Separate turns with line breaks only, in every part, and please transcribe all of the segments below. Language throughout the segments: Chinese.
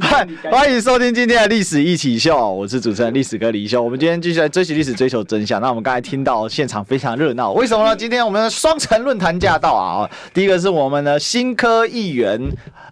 嗨， 欢迎收听今天的历史一起秀，我是主持人历史哥李修。我们今天继续来追寻历史，追求真相。那我们刚才听到现场非常热闹，为什么呢？今天我们的双城论坛驾到啊！哦第一个是我们的新科议员，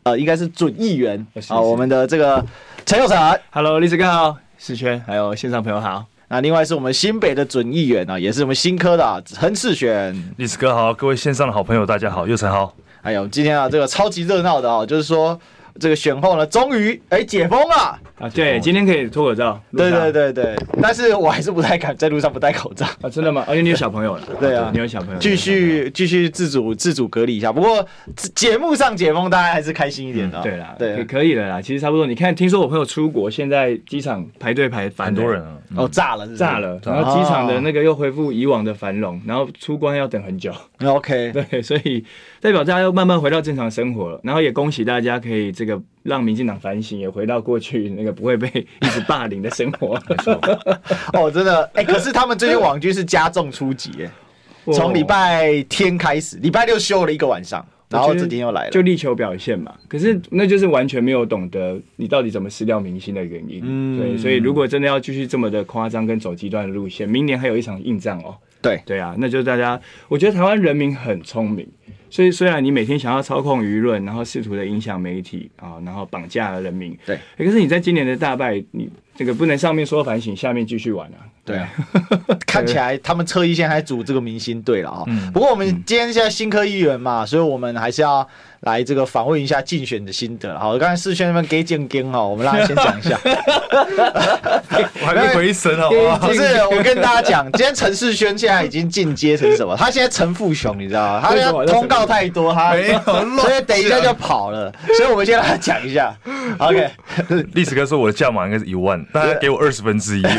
呃，应该是准议员啊、我们的这个陈啊佑成。
Hello，历史哥好，世圈还有线上朋友好，
那另外是我们新北的准议员啊，也是我们新科的啊陈世选。
历史哥好，各位线上的好朋友，大家好，佑成好。
还有今天啊，这个超级热闹的啊，就是说这个选后呢，终于哎解封了。
啊，对，今天可以脱口罩，
对
路上
对 对对，但是我还是不太敢在路上不戴口罩。
啊，真的吗？而且你有小朋友了，
对啊，
你有小朋友，
继续继续自主自主隔离一下。不过自节目上解封，大家还是开心一点的、
嗯对啦，
对啊
可可以了啦，其实差不多。你看，听说我朋友出国，现在机场排队排
很
很
多人。啊，
哦，炸了是不是
炸了，然后机场的那个又恢复以往的繁荣，然后出关要等很久，
哦，OK，
对，所以代表大家又慢慢回到正常生活了。然后也恭喜大家可以这个让民进党反省，也回到过去那个不会被一直霸凌的生活。
哦，真的，哎、可是他们最近网剧是加重出击， 哎
哇
从礼拜天开始，礼拜六休了一个晚上，然后这几天又来了，
就力求表现嘛。可是那就是完全没有懂得你到底怎么撕掉明星的原因。
嗯
对，所以如果真的要继续这么的夸张跟走极端的路线，明年还有一场硬仗哦。
对
对啊，那就是大家，我觉得台湾人民很聪明，所以虽然你每天想要操控舆论，然后试图的影响媒体啊、然后绑架人民，
对
诶可是你在今年的大败，你这个不能上面说反省，下面继续玩啊。
对啊， 看起来他们车一线还组这个明星队了啊、
嗯
不过我们今天现在新科议员嘛，所以我们还是要来这个访问一下竞选的心得。好，刚才世轩那边给建跟哦，我们让他先讲一下。
我还没回
啊
神好吗？
不是，我跟大家讲，今天陈世轩现在已经进阶成什么？他现在陈富雄，你知道吗？他
为什
要
么
通告太多，他
没有乱
所以等一下就跑了。所以我们先让他讲一下。OK，
历史哥说我的价码应该是一万，但他给我二十 分之一，哇，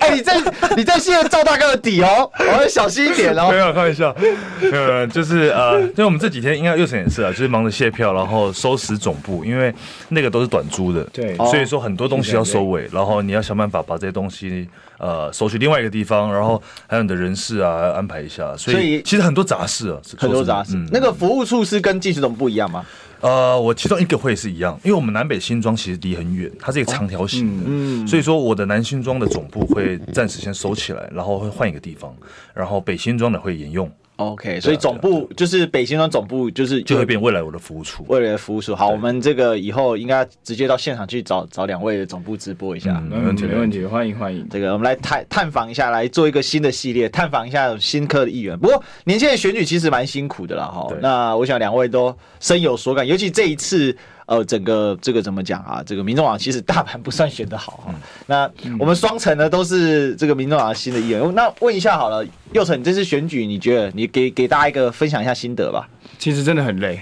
哎、你在你在现在赵大哥的底哦，我要小心一点
没
哦。
有开玩笑，没有没有，就是呃，因为我们这几天应该佑成也是啊，就是忙着卸票，然后收拾总部，因为那个都是短租的，
对
所以说很多东西要收尾，然后你要想办法把这些东西呃收去另外一个地方，然后还有你的人事啊安排一下，所
所
以
以
其实很多杂事啊，
很多杂事
嗯，
那个服务处是跟技术总部一样吗？
呃，我其中一个会是一样，因为我们南北新庄其实离很远，它是一个长条形的，所以说我的南新庄的总部会暂时先收起来，然后会换一个地方，然后北新庄的会沿用，啊
OK，所以总部就是北新庄总部，就是
就会变未来我的服务处。
为了服务处。好，我们这个以后应该直接到现场去找找两位的总部直播一下。
嗯
没问题，没问题，欢迎欢迎。
这个我们来探探访一下，来做一个新的系列，探访一下新科的议员。不过年轻人选举其实蛮辛苦的啦，哈
对。
那我想两位都深有所感，尤其这一次，呃，整个这个怎么讲啊？这个民众党其实大盘不算选得好哈。那我们双城呢都是这个民众党的新的议员。那问一下好了，佑成，你这次选举你觉得你给给大家一个分享一下心得吧？
其实真的很累，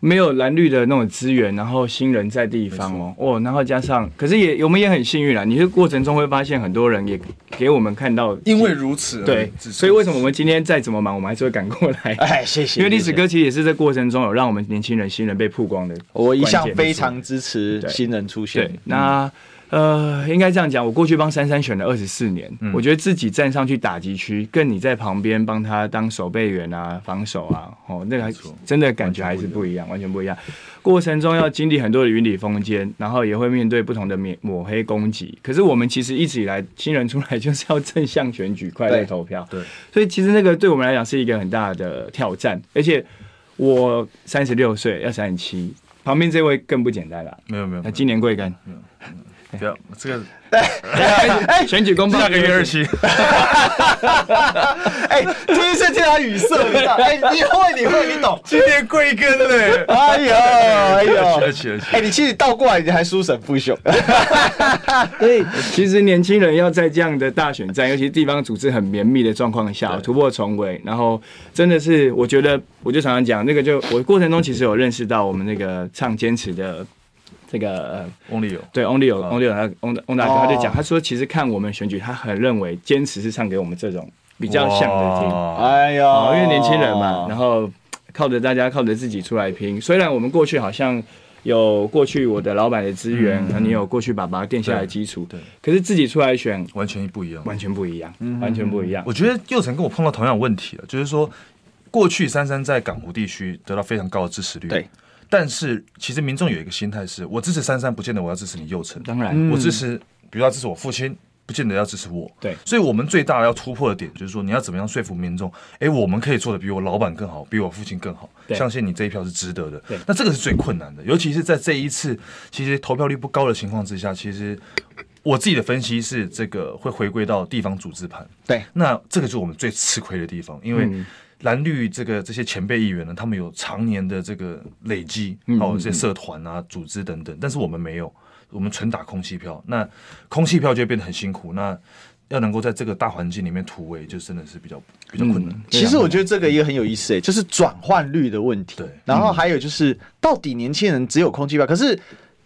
没有蓝绿的那种资源，然后新人在地方哦，哦，然后加上，可是也我们也很幸运啦，你这过程中会发现很多人也给我们看到，
因为如此，
对，所以为什么我们今天再怎么忙，我们还是会赶过来。
哎，谢谢。
因为历史哥其实也是在过程中有让我们年轻人、新人被曝光的关键因素，
我一向非常支持
对
新人出现
对。。嗯那呃，应该这样讲，我过去帮珊珊选了二十四年，我觉得自己站上去打击区，跟你在旁边帮他当守备员啊、防守啊，哦，那个还真的感觉还是不一样，完全不一样。过程中要经历很多的云里风间，然后也会面对不同的抹抹黑攻击。可是我们其实一直以来，新人出来 就是要正向选举、快乐
对
投票。
对，
所以其实那个对我们来讲是一个很大的挑战，而且我三十六岁，要三十七，旁边这位更不简单了。
没有没有
那，哎今年贵庚？
嗯 不要这个
哎，选举公报
下个月二七，
哎，第一次听他 语塞，你知道哎，你会，你会，你懂。，
今年贵庚嘞
哎呦，哎呦，
二七二七
哎，你其实倒过来，你还输神不休。
所以其实年轻人要在这样的大选战，尤其地方组织很绵密的状况下，突破重围，然后真的是我觉得，我就常常讲那个就，我过程中其实有认识到我们那个唱坚持的这个。呃
翁立友，
对，Only
哦
有 Only 有他翁大翁大哥，
哦
他就讲，他说其实看我们选举，他很认为坚持是唱给我们这种比较像的听，
哇
哎呦
哦
哦哦，因为年轻人嘛，然后靠着大家，靠着自己出来拼。虽然我们过去好像有过去我的老板的资源，和你有过去爸爸垫下来的基础，
嗯对对
可是自己出来选
完全不一样。
完全不一样，完全不一样。
嗯我觉得佑成跟我碰到同样的问题了，就是说，过去珊珊在港湖地区得到非常高的支持率，
对。
但是其实民众有一个心态是，我支持珊珊，不见得我要支持你佑成。
当然，
我支持，比如要支持我父亲，不见得要支持我。
对
所以我们最大的要突破的点就是说，你要怎么样说服民众？哎，我们可以做的比我老板更好，比我父亲更好，
对
相信你这一票是值得的
对。
那这个是最困难的，尤其是在这一次其实投票率不高的情况之下，其实。我自己的分析是，这个会回归到地方组织盘。
对，
那这个就是我们最吃亏的地方，因为蓝绿这个这些前辈议员呢，他们有常年的这个累积，还有这些社团啊、组织等等，但是我们没有，我们纯打空气票，那空气票就会变得很辛苦，那要能够在这个大环境里面突围，就真的是比较比较
嗯
困难。
啊
其实我觉得这个也很有意思、诶，就是转换率的问题。
对
然后还有就是，到底年轻人只有空气票，可是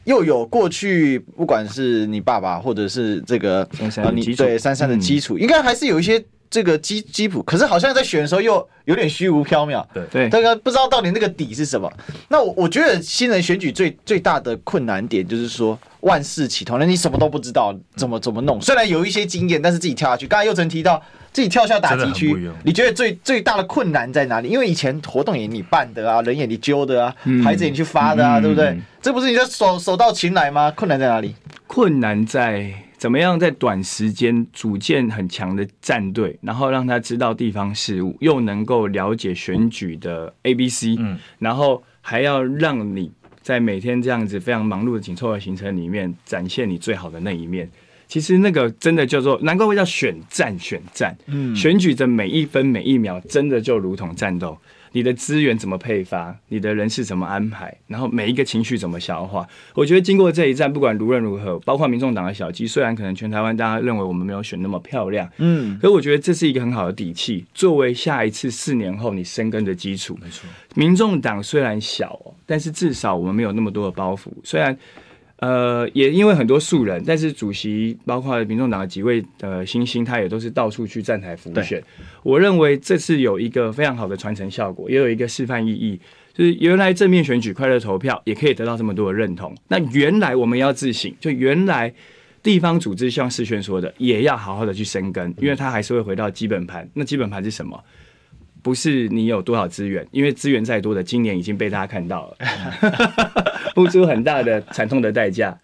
又有过去，不管是你爸爸或者是这个呃
珊珊的
你
基础
对珊珊的基础，应该还是有一些这个基基础，可是好像在选的时候又有点虚无缥缈。
对
对啊
大概不知道到底那个底是什么。那我我觉得新人选举最最大的困难点就是说万事起头难，那你什么都不知道怎么怎么弄。虽然有一些经验，但是自己跳下去。刚才佑成提到自己跳下打击
嗯真的很不一
区
样，
你觉得最最大的困难在哪里？因为以前活动也你办的啊，人也你揪的啊，
嗯
牌子也你去发的啊，对不对？这不是你就手手到擒来吗？困难在哪里？
困难在怎么样在短时间组建很强的战队，然后让他知道地方事务，又能够了解选举的 A、B、C，
嗯
然后还要让你在每天这样子非常忙碌的紧凑的行程里面，展现你最好的那一面。其实那个真的叫做，难怪会叫选战，选战，嗯，选举的每一分每一秒，真的就如同战斗。你的资源怎么配发，你的人事怎么安排，然后每一个情绪怎么消化。我觉得经过这一战，不管无论如何，包括民众党的小鸡，虽然可能全台湾大家认为我们没有选那么漂亮，嗯，可我觉得这是一个很好的底气，作为下一次四年后你生根的基础。没错，民众党虽然小哦，但是至少我们没有那么多的包袱，虽然。呃，也因为很多素人，但是主席包括民众党的几位呃新星，他也都是到处去站台浮选。我认为这次有一个非常好的传承效果，也有一个示范意义，就是原来正面选举、快乐投票也可以得到这么多的认同。那原来我们要自省，就原来地方组织像世轩说的，也要好好的去生根，因为它还是会回到基本盘。那基本盘是什么？不是你有多少资源，因为资源再多的，今年已经被大家看到了，付出很大的惨痛的代价。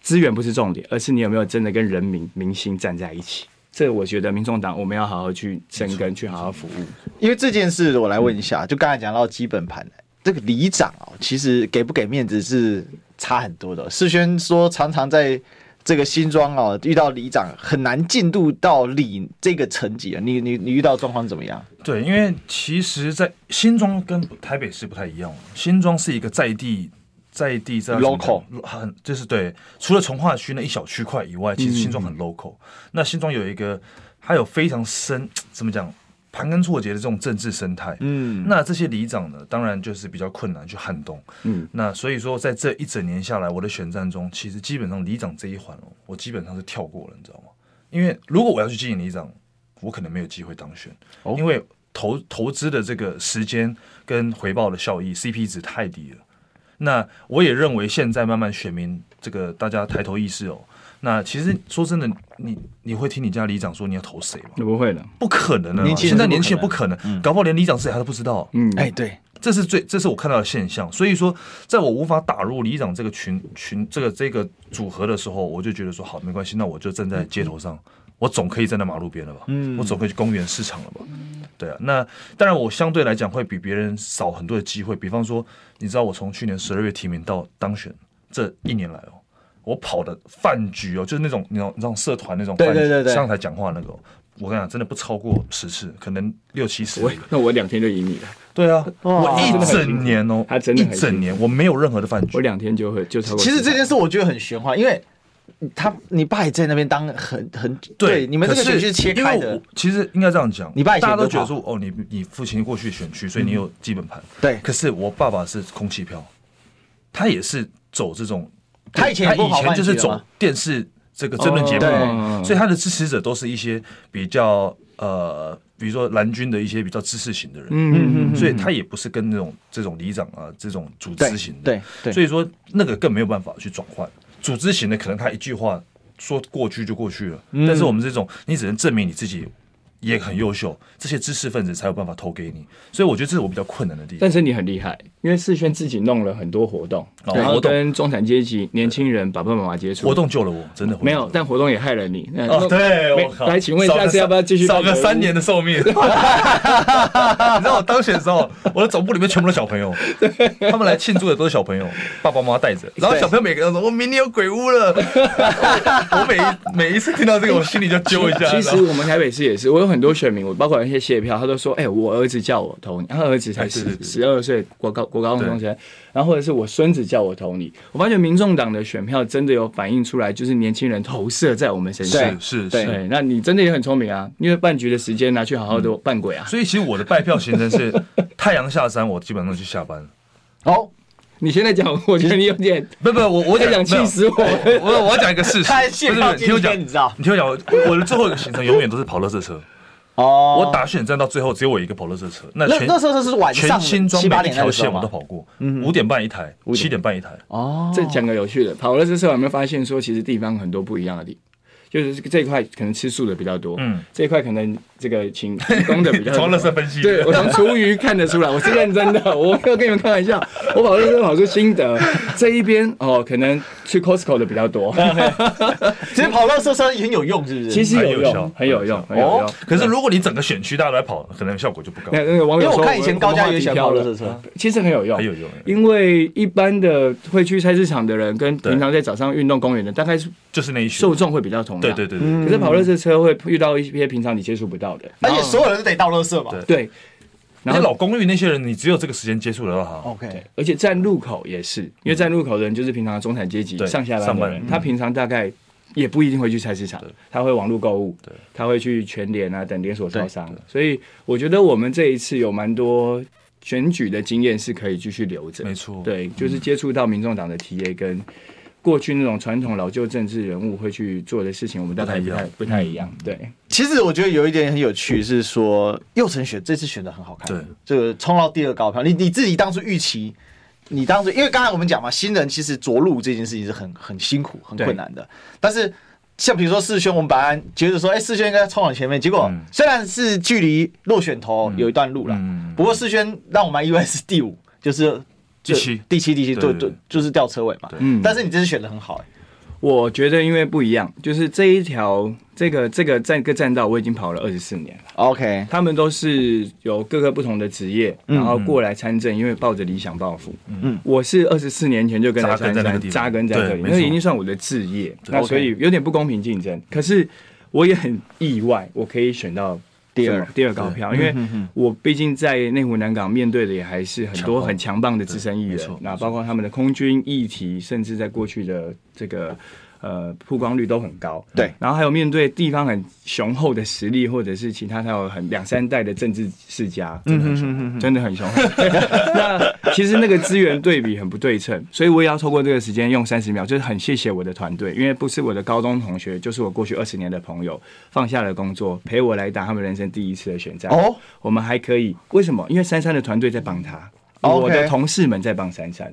资源不是重点，而是你有没有真的跟人民、民心站在一起。这我觉得民众党我们要好好去生根，去好好服务。
因为这件事，我来问一下，就刚才讲到基本盘，这个里长哦，其实给不给面子是差很多的。世轩说，常常在这个新庄哦，遇到里长很难进度到里这个层级啊。你你你遇到状况怎么样？
对，因为其实，在新庄跟台北市不太一样，新庄是一个在地。在地在
Local
很就是对，除了从化区那一小区块以外，其实新庄很 local、那新庄有一个，它有非常深怎么讲盘根错节的这种政治生态。嗯，那这些里长呢，当然就是比较困难去撼动。嗯，那所以说，在这一整年下来，我的选战中，其实基本上里长这一环哦，我基本上是跳过了，你知道吗？因为如果我要去经营里长，我可能没有机会当选，因为投投资的这个时间跟回报的效益 CP 值太低了。那我也认为现在慢慢选民这个大家抬头意识哦。那其实说真的，你你会听你家里长说你要投谁吗？
不会了，
不可能的嘛，
年轻人
现在年轻人不可能，搞不好连里长是谁他都不知道。
嗯，
哎、对，
这是最，这是我看到的现象。所以说，在我无法打入里长这个群群这个这个组合的时候，我就觉得说，好，没关系，那我就站在街头上，我总可以站在马路边了吧？嗯，我总可以去公园、市场了吧？对啊，那当然，我相对来讲会比别人少很多的机会。比方说，你知道我从去年十二月提名到当选这一年来哦，我跑的饭局哦，就是那种你知道你知道社团那种饭局
对对对对
上台讲话那个哦、我跟你讲，真的不超过十次，可能六七十而
我
已。
那我两天就赢你了，
对啊，
哇
我一整年哦，
他真的
一
很辛苦
整年我没有任何的饭
我
局，
两天就会就超过10。
其实这件事我觉得很玄幻，因为他你爸也在那边当很很你们这个
可
选区是切开
因为
的
我，其实应该这样讲，
你爸以前
大家都
多
觉
好
得
嗯
说，哦，你你父亲过去选区，所以你有基本盘。
对
可是我爸爸是空气票，他也是走这种，
他以前也
他
不
以
好
前就是
饭局的
走
嘛
电视这个争论节目
哦
嘛，
嗯
对
所以他的支持者都是一些比较呃，比如说蓝军的一些比较知识型的人，
嗯嗯嗯，
所以他也不是跟那种这种里长啊这种组织型的，
对对对
所以说那个更没有办法去转换。组织型的可能他一句话说过去就过去了，
嗯
但是我们这种你只能证明你自己也很优秀，这些知识分子才有办法投给你。所以我觉得这是我比较困难的地方。
但是你很厉害，因为世轩自己弄了很多活动，
哦
然后
活动
跟中产阶级年轻人爸爸妈妈接触
活。动救了我，真的活动
没有，但活动也害了你。那
哦，对，
没
我靠
来，请问一下，
少个
次要不要继续
少
办
个
活动
三年的寿命？你 知道我当选的时候，我的总部里面全部都是小朋友，他们来庆祝的都是小朋友，爸爸妈妈带着，然后小朋友每个人都说：“我哦明年有鬼屋了。” 我每一每一次听到这个，我心里就揪一 下。
其
然
实
后
我们台北市也是，我有很多选民，我包括一些谢票，他都说：“哎、我儿子叫我投你。”他儿子才
哎对对
十
对
十二岁，国高国高中生。然后或者是我孙子叫我投你。我发觉民众党的选票真的有反映出来，就是年轻人投射在我们身上。
是
对
是嗯
对，那你真的也很聪明啊，因为半局的时间拿去好好的办鬼啊。
所以其实我的拜票行程是太阳下山，我基本上就下班了。
好，
你现在讲，我觉得你有点
不不，我我
太想气死我了。
没有我我要讲一个 事实，
他谢
不是
票
不是听我
今天
讲，
你知道
你听我讲，我我的最后一个行程永远都是跑乐色车。
哦，
我打选战到最后只有我一个跑乐色车，那
那
全
那时候是晚上
全新庄
七八
每一
点那
条
个时
线
候嗯
我
吗
都跑过，五点半一台，七点半一台。
哦，
这讲个有趣的，跑了这次有没有发现说，其实地方很多不一样的地，就是这一块可能吃素的比较多，嗯
嗯，
这一块可能这个 请提供的比较多。
从垃 圾分析
对我从厨余看得出来，我是认真的，我没有跟你们开 玩笑。我跑了这跑出心得，这一边哦，可能去 Costco 的比较 多，啊
其实跑乐色车也很有用，是不是？
其实有
很有效哦
用，很有用，很有用。
可是如果你整个选区大家都来跑，可能效果就不高。
那那个网
因
友
为
说，
我看以前高嘉也喜欢跑乐
了
色，车，
其实很有用，
很有用
因为一般的会去菜市场的人，跟平常在早上运动公园的，大概是
就是那一群
受。众会比较同样。
对对对
嗯
对，
可是跑热车车会遇到一些平常你接触不到的，
而
啊
且所有人都得到乐色嘛。
对
对，然
那
后
老公寓那些人，你只有这个时间接触得到
哦
他。
OK，
而且站路口也是，因为站路口的人就是平常的中产阶级
对
上下班
上
的
班
人，
嗯
他平常大概也不一定会去菜市场，他会网络购物，他会去全联啊等连锁超商，所以我觉得我们这一次有蛮多。选举的经验是可以继续留着，
没错嗯
对，就是接触到民众党的 TA 跟过去那种传统老旧政治人物会去做的事情，我们大概不
不太一
太
样嗯
不太一样，对。
其实我觉得有一点很有趣，是说佑成选这次选的很好看，
对，
这个冲到第二高票，你你自己当初预期，你当初因为刚才我们讲嘛，新人其实着陆这件事情是很很辛苦、很
对
困难的，但是。像比如说世轩，我们本来觉得说，哎、世轩应该冲往前面，结果
嗯
虽然是距离落选头有一段路了，
嗯
不过世轩让我蛮意外是第五，就是
第七
第七、第七，
对
对
对
对
对，
就是掉车尾嘛。
嗯
但是你这次选的很好、哎
我觉得因为不一样，就是这一条这个这个站个栈道，我已经跑了二十四年了。
OK，
他们都是有各个不同的职业，
嗯
然后过来参政，因为抱着理想抱负。嗯，我是二十四年前就跟着
扎根在那个
参
地方
政，扎根在这
对
里，
没
那
错
已经算我的置业。那
OK
所以有点不公平竞争，可是我也很意外，我可以选到。
第二
这么第二高票，因
嗯
为我毕竟在内湖南港面对的也还是很多
强棒
很强棒的资深议
对
员
没错，
那
没错
包括他们的空军议题，甚至在过去的这个呃曝光率都很高。
对
然后还有面对地方很雄厚的实力，或者是其他他有很两三代的政治世家，
嗯
真的很雄厚，真的很雄厚。 那其实那个资源对比很不对称，所以我也要透过这个时间用三十秒，就是很谢谢我的团队，因为不是我的高中同学，就是我过去二十年的朋友，放下了工作陪我来打他们人生第一次的选战。
哦，
我们还可以，为什么？因为珊珊的团队在帮他，
哦 OK
我的同事们在帮珊珊，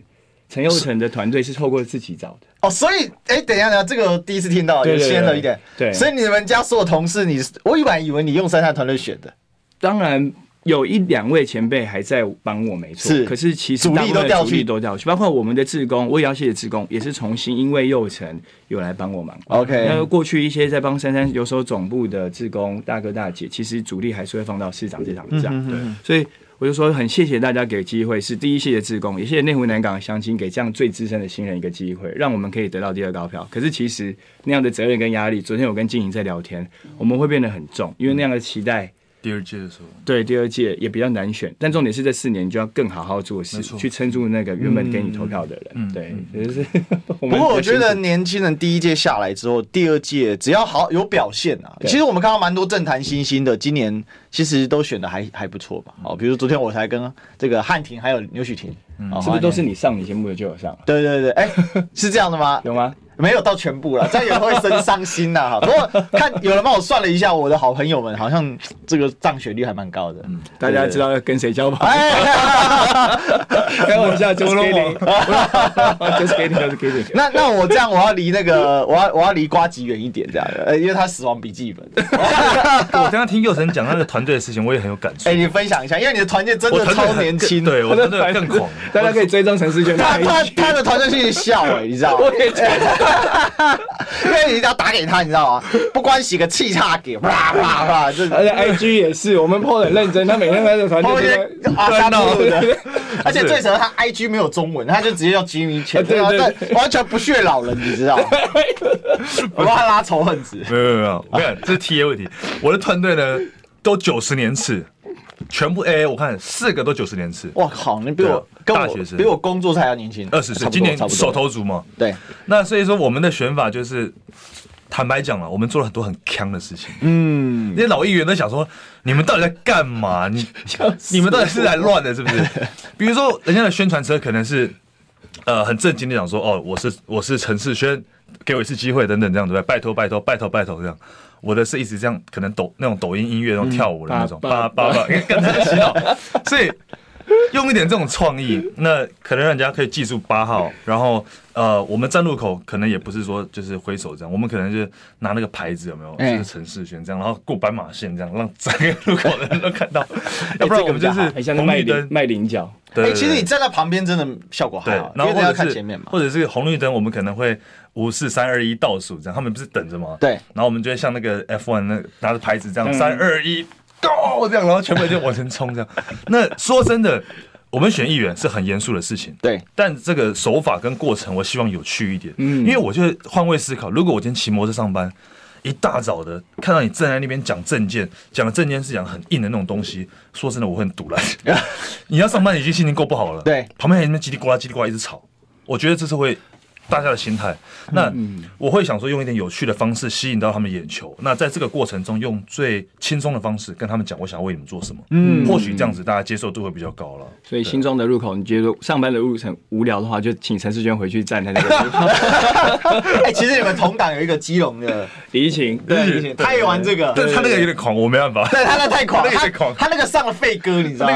陈佑成的团队是透过自己找的。
哦，所以，哎、等一下，等一下，这个我第一次听到，
对
有
对
先
对
了一点。
对
所以你们家所有同事，你我一般以为你用三大团队选的，
当然有一两位前辈还在帮我，没错。
是
可是其实
主力
大部分
都调
主力
去
都掉去，包括我们的志工，我也要谢谢志工，也是重新因为幼成有来帮我忙。
OK
那过去一些在帮珊珊有手总部的志工大哥大姐，其实主力还是会放到市长这场仗。
嗯
对，所以。我就说很谢谢大家给机会，是第一谢谢志工，也谢谢内湖南港的乡亲给这样最资深的新人一个机会，让我们可以得到第二高票。可是其实那样的责任跟压力，昨天我跟静怡在聊天，我们会变得很重，因为那样的期待
第二届的时候，
对，第二届也比较难选，但重点是这四年你就要更好好做事，
错
去撑住那个原本给你投票的人。对，就是我
不
们。
过我觉得，年轻人第一届下来之后，第二届只要好有表现啊，
对
其实我们看到蛮多政坛新星的，今年其实都选的还还不错
嗯
吧。哦，比如昨天我才跟这个汉庭还有牛许婷，哦
嗯是不是都是？
华年
你上你节目的就有上了，
对对对，哎、是这样的吗？
有吗？
不没有到全部了，这样有人会生伤心 呐、哈，不过看有人帮我算了一下，我的好朋友们好像这个涨血率还蛮高的。
大家知道要跟谁交朋友？
哎，
开玩笑，just
我
kidding，just kidding，just kidding。
那那我这样，我要离那个， 我要我要离瓜吉远一点，这样，呃，因为他死亡笔记本。
刚刚听佑成讲那个团队的事情，我也很有感触
哦哎、。你分享一下，因为你的团队真
我
的
团
超
队
年轻，
对我团队更狂。
大家可以追踪陈思轩的
他他
IG。
他的团队去笑哎、你知道吗？
我也觉得，
因为你要打给他，你知道吗？不光洗个气叉给，啪啪啪，这
哎
而且 IG 也是，我们 PO 得很认真，他每天在的团队
后
都
面啊
在
阿三路
对对
的
对，
而且最扯，他 IG 没有中文，他就直接叫吉 米钱，
啊对
吧
对对
但完全不屑老人，你知道吗？ 我帮他拉仇恨值。
没有没有没有，我跟你讲，这是 T A 问题。我的团队呢，都九十年次，全部 A A，我看四个都九十年次，
哇靠，你比我跟
对啊
我
大学生
比我工作才要年轻，
二十
差
岁，
不多
今年
差不多
手头足嘛。
对，
那所以说，我们的选法就是，坦白讲了，我们做了很多很坑的事情。
嗯，
那些老议员都想说，你们到底在干嘛？你你们到底是来乱的，是不是？比如说，人家的宣传车可能是，呃，很正经的讲说，哦，我是我是陈世轩，给我一次机会等等这样，对不对？拜托拜托拜托拜托这样。我的是一直这样，可能抖那种抖音音乐，那种跳舞的那种，叭
叭叭
叭叭，跟他洗脑， 所以用一点这种创意，那可能让人家可以记住八号。然后呃，我们站路口可能也不是说就是挥手这样，我们可能就是拿那个牌子有没有，
哎
就是陈世轩这样，然后过斑马线这样，让整个路口的人都看到，要
哎这
不然
个
我们就
比较
是
好
很哎像在
红
卖
绿
菱
灯。
卖菱角，
对
哎，
对
其实
对
你站在旁边真的效果
对
还好，，
然后
因为
或
大家
者
看
是
前面嘛。
或者是红绿灯，我们可能会五四三二一倒数这样，他们不是等着吗？
对
然后我们就会像那个 F1 那个拿着牌子这样
嗯
三二一 go 这样，然后全部人就往前冲 这样。那说真的，我们选议员是很严肃的事情，
对，
但这个手法跟过程，我希望有趣一点。
嗯
因为我觉得换位思考，如果我今天骑摩托车上班，一大早的看到你站在那边讲证件，讲的证件是讲很硬的那种东西，说真的，我会很堵然。 你要上班已经心情够不好了，
对
旁边还在那边叽里呱啦叽里呱啦一直吵，我觉得这是会。大家的心态，
嗯
那我会想说用一点有趣的方式吸引到他们眼球。那在这个过程中，用最轻松的方式跟他们讲，我想要为你们做什么。嗯，或许这样子大家接受度会比较高了。
所以心中的入口，你觉得上班的路程无聊的话，就请陈世娟回去站在那 个
哎，其实你们同党有一个基隆 的，
李怡情，
对，他也玩这个，
但他那个有点狂，我没办法。
对他那太狂，
那个
他
太狂
他那个上了废歌，你知道吗？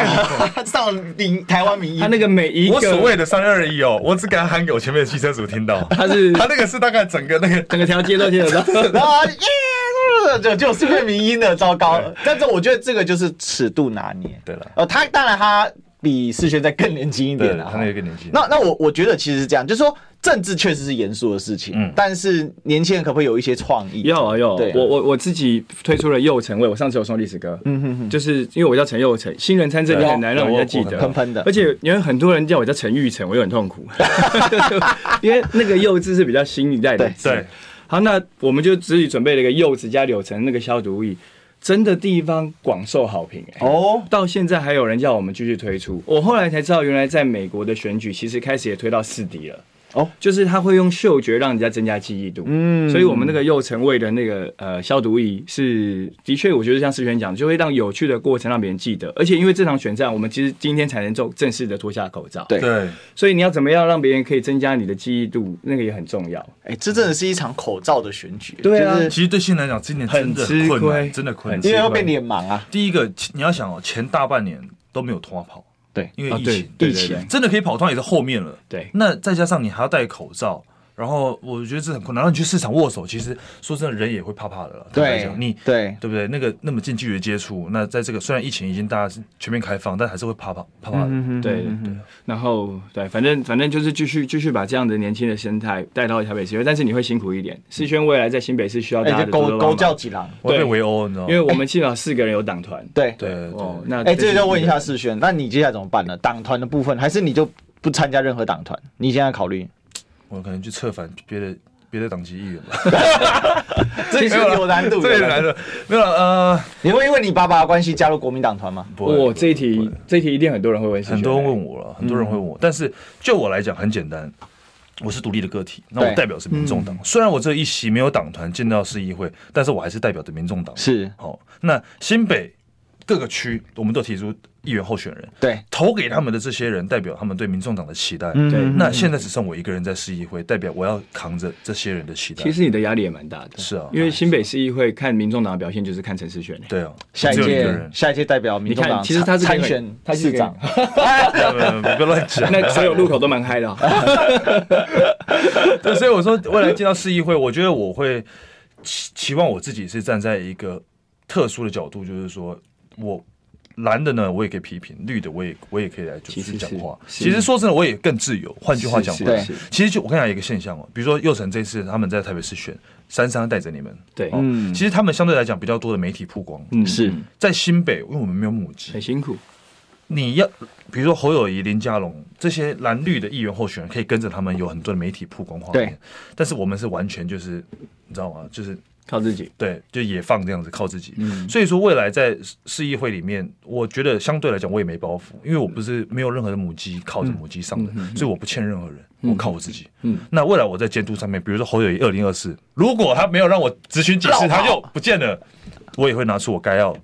他 上了民台湾民意，
他那个每一个
我所谓的三二一哦，我只敢喊给我前面的汽车组听到。
他是
他那个是大概整个那个
整个条街都听得 到。
然后他耶， 就就是变民音的，糟糕！但是我觉得这个就是尺度拿捏。
对了
呃，他当然他比世轩再更年轻一点
对，
啊
了，
他那个更年轻。
那那我我觉得其实是这样，就是说政治确实是严肃的事情，
嗯
但是年轻人可不可以有一些创意？
要啊要啊
对，
我我我自己推出了佑成味，我上次有送历史歌，嗯哼就是因为我叫陈佑成，新人参政就很难让人家记
对
得，
啊
喷喷的
而且因为很多人叫我叫陈玉成，我又很痛 苦，因为那个幼字是比较新一代的
对
字
对。
好，那我们就自己准备了一个柚子加柳橙那个消毒液，真的地方广受好评哎、
哦，
到现在还有人叫我们继续推出。我后来才知道，原来在美国的选举其实开始也推到四 D 了。
哦，
就是他会用嗅觉让人家增加记忆度。嗯，所以我们那个幼橙味的那个呃消毒液是的确，我觉得像思璇讲，就会让有趣的过程让别人记得。而且因为这场选战，我们其实今天才能正正式的脱下口罩。
对
对，
所以你要怎么样让别人可以增加你的记忆度，那个也很重要。
哎、这真的是一场口罩的选举，
对啊
就是
其实对新人来讲，今年真的
很吃
困
亏
难，真的困
很
难。
吃
因
因
为
为
会被脸盲啊。
第一个，其你要想哦，前大半年都没有通话跑，
对
因为
啊
疫
对
情，
对
疫
对
情
对
真的可以跑通也是后面了。
对
那再加上你还要戴口罩，然后我觉得这很困难。然后你去市场握手，其实说真的，人也会怕怕的了。坦白
对
讲，你
对
对不对？那个那么近距离的接触，那在这个虽然疫情已经大家是全面开放，但还是会怕怕怕
嗯
怕的。
对对对，然后对，反正反正就是继续继续把这样的年轻的生态带到台北市，但是你会辛苦一点。世轩未来在新北市需要
哎、
大家
就
的多
勾
多帮
勾
忙
叫几郎，
我会被
对
围殴，你知道吗？
因为我们至少四个人有党团。
对
对对对
哦，那
哎、这
是
就问一下世轩，那你接下来怎么办呢？党团的部分，还是你就不参加任何党团？你现在考虑？
我可能去策反别的别的党籍议员吧，
这是有难度，
这也
有
来
难度。
了，没有啦呃，
你会因为你爸爸的关系加入国民党团吗？
不会
哇，这一题这一题一定很多人会问世轩，
很多人问我了，很多人会问
嗯
我，但是就我来讲很简单，我是独立的个体，那我
对
代表是民众
嗯
党，虽然我这一席没有党团进到市议会，但是我还是代表着民众党，
是
好，那新北各个区，我们都提出议员候选人，
对，
投给他们的这些人，代表他们对民众党的期待。
嗯对
那现在只剩我一个人在市议会，代表我要扛着这些人的期待。
其实你的压力也蛮大的，
是啊
因为新北市议会看民众党的表现就是看陈世选、欸，
对啊，
下一
只有一个
届
人，
下一届代表民众
你
党
看其实他是
参
可以
选
他是
市
可以
长，
呃不要乱讲。
那所有路口都蛮嗨的、啊，
对，所以我说未来进到市议会，我觉得我会期期望我自己是站在一个特殊的角度，就是说我。蓝的呢，我也可以批评；绿的，我也我也可以来就
其实
去
是
讲话。
是
其实说真的，我也更自由。换句话讲，
是
我
对
是
其实就我跟你讲一个现象哦，比如说佑成这次他们在台北市选，珊珊带着你们，
对，
哦
嗯
其实他们相对来讲比较多的媒体曝光，
嗯
是
在新北，因为我们没有母
很
鸡，
辛苦，
你要比如说侯友谊、林佳龙这些蓝绿的议员候选人，可以跟着他们有很多的媒体曝光画面
对，
但是我们是完全就是你知道吗？就是
靠自己，
对，就野放这样子靠自己。
嗯
所以说未来在市议会里面，我觉得相对来讲我也没包袱，因为我不是没有任何的母鸡靠着母鸡上
嗯
的，所以我不欠任何人，我靠我自己。嗯，那未来我在监督上面，比如说侯友谊二零二四，如果他没有让我咨询解释，他就不见了，我也会拿出我该要。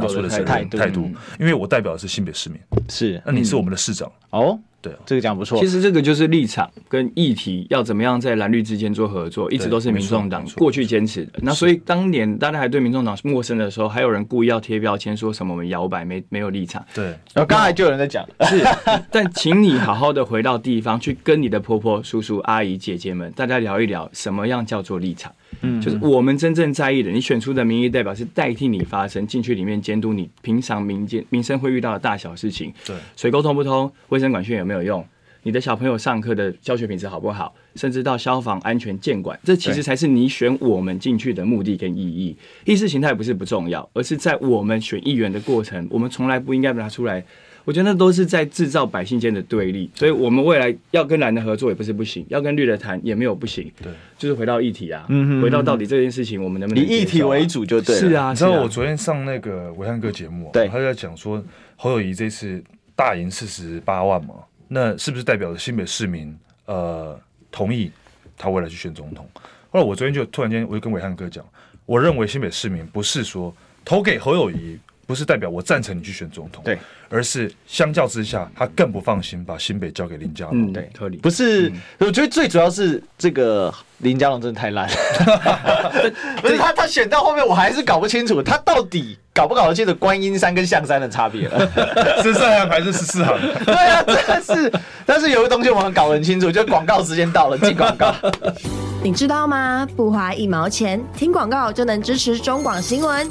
拿出的责任
态度
态度，因为我代表的是新北市民，
是
那你是我们的市长，
嗯
哦，
对啊，
这个讲不错
其，实这个就是立场跟议题要怎么样在蓝绿之间做合作，一直都是民众党
没错没错
过去坚持的。那所以当年大家还对民众党陌生的时候，还有人故意要贴标签，说什么我们摇摆没没有立场。
对，
然后刚才就有人在讲，
是，但请你好好的回到地方去跟你的婆婆、叔叔、阿姨、姐姐们，大家聊一聊什么样叫做立场。嗯，就是我们真正在意的，你选出的民意代表是代替你发声，进去里面监督你平常民间民生会遇到的大小事情。
对
水沟通不通，卫生管训有没有用？你的小朋友上课的教学品质好不好？甚至到消防安全监管，这其实才是你选我们进去的目的跟意义。意识形态不是不重要，而是在我们选议员的过程，我们从来不应该拿出来。我觉得那都是在制造百姓间的对立，所以我们未来要跟蓝的合作也不是不行，要跟绿的谈也没有不行。
对，
就是回到议题啊，回到到底这件事情我们能不
以
能
议题
接受啊
为？主就对了，
是，啊，
你知
是
道
啊
我昨天上那个维汉哥节目、啊，
对
他就在讲说侯友谊这次大赢四十八万嘛，那是不是代表着新北市民呃同意他未来去选总统？后来我昨天就突然间我就跟伟汉哥讲，我认为新北市民不是说投给侯友谊，不是代表我赞成你去选总统，
对，
而是相较之下他更不放心把新北交给林佳龙，
嗯，对，合理。
不是，我觉得最主要是这个林佳龙真的太烂， 不是他他选到后面我还是搞不清楚他到底搞不搞得清楚观音山跟象山的差别了。
是三行还是十四行？
对啊，真的是，但是有个东西我们搞得很清楚，就广告时间到了，进广告。
你知道吗？不花一毛钱，听广告就能支持中广新闻。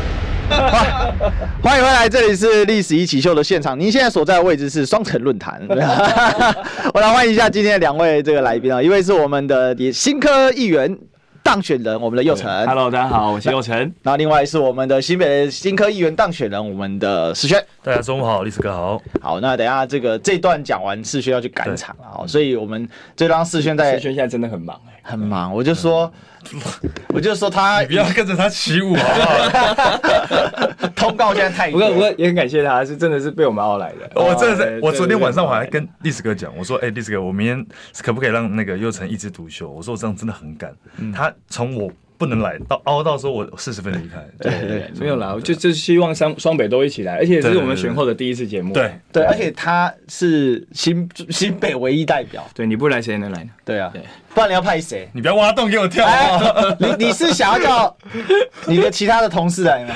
欢迎回来，这里是《历史一起秀》的现场。您现在所在的位置是双城论坛。 我来欢迎一下今天的两位这个来宾啊，一位是我们的新科议员当选人，我们的佑成。
Hello，大家好，我是佑成。
然后另外是我们的新北新科议员当选人，我们的世轩。
大家中午好，历史哥好，
好，那等一下这个这一段讲完，世轩要去赶场了啊，所以我们就让世轩
世
在
轩现在真的很忙哎、
很忙，我就说，我就说他
你不要跟着他起舞好不好？
通告现在太
不过不过也很感谢他，是真的是被我们熬来的。
哦我真的
哦对
是，我昨天晚上我还
对对
跟历史哥讲，我说：“哎、历史哥，我明天可不可以让那个佑成一枝独秀？”我说：“我这样真的很赶。
嗯
他从我不能来到凹到说我四十分离开，对
对对没有啦，我就就希望双双北都一起来，而且也
对
是
对
我们
对
选后的第一次节目。
对，
对，而且他是新新北唯一代表，
对，你不来谁能来呢？
对啊
对，
不然你要派谁？
你不要挖洞给我跳啊！
哎，你你是想要叫你的其他的同事来吗？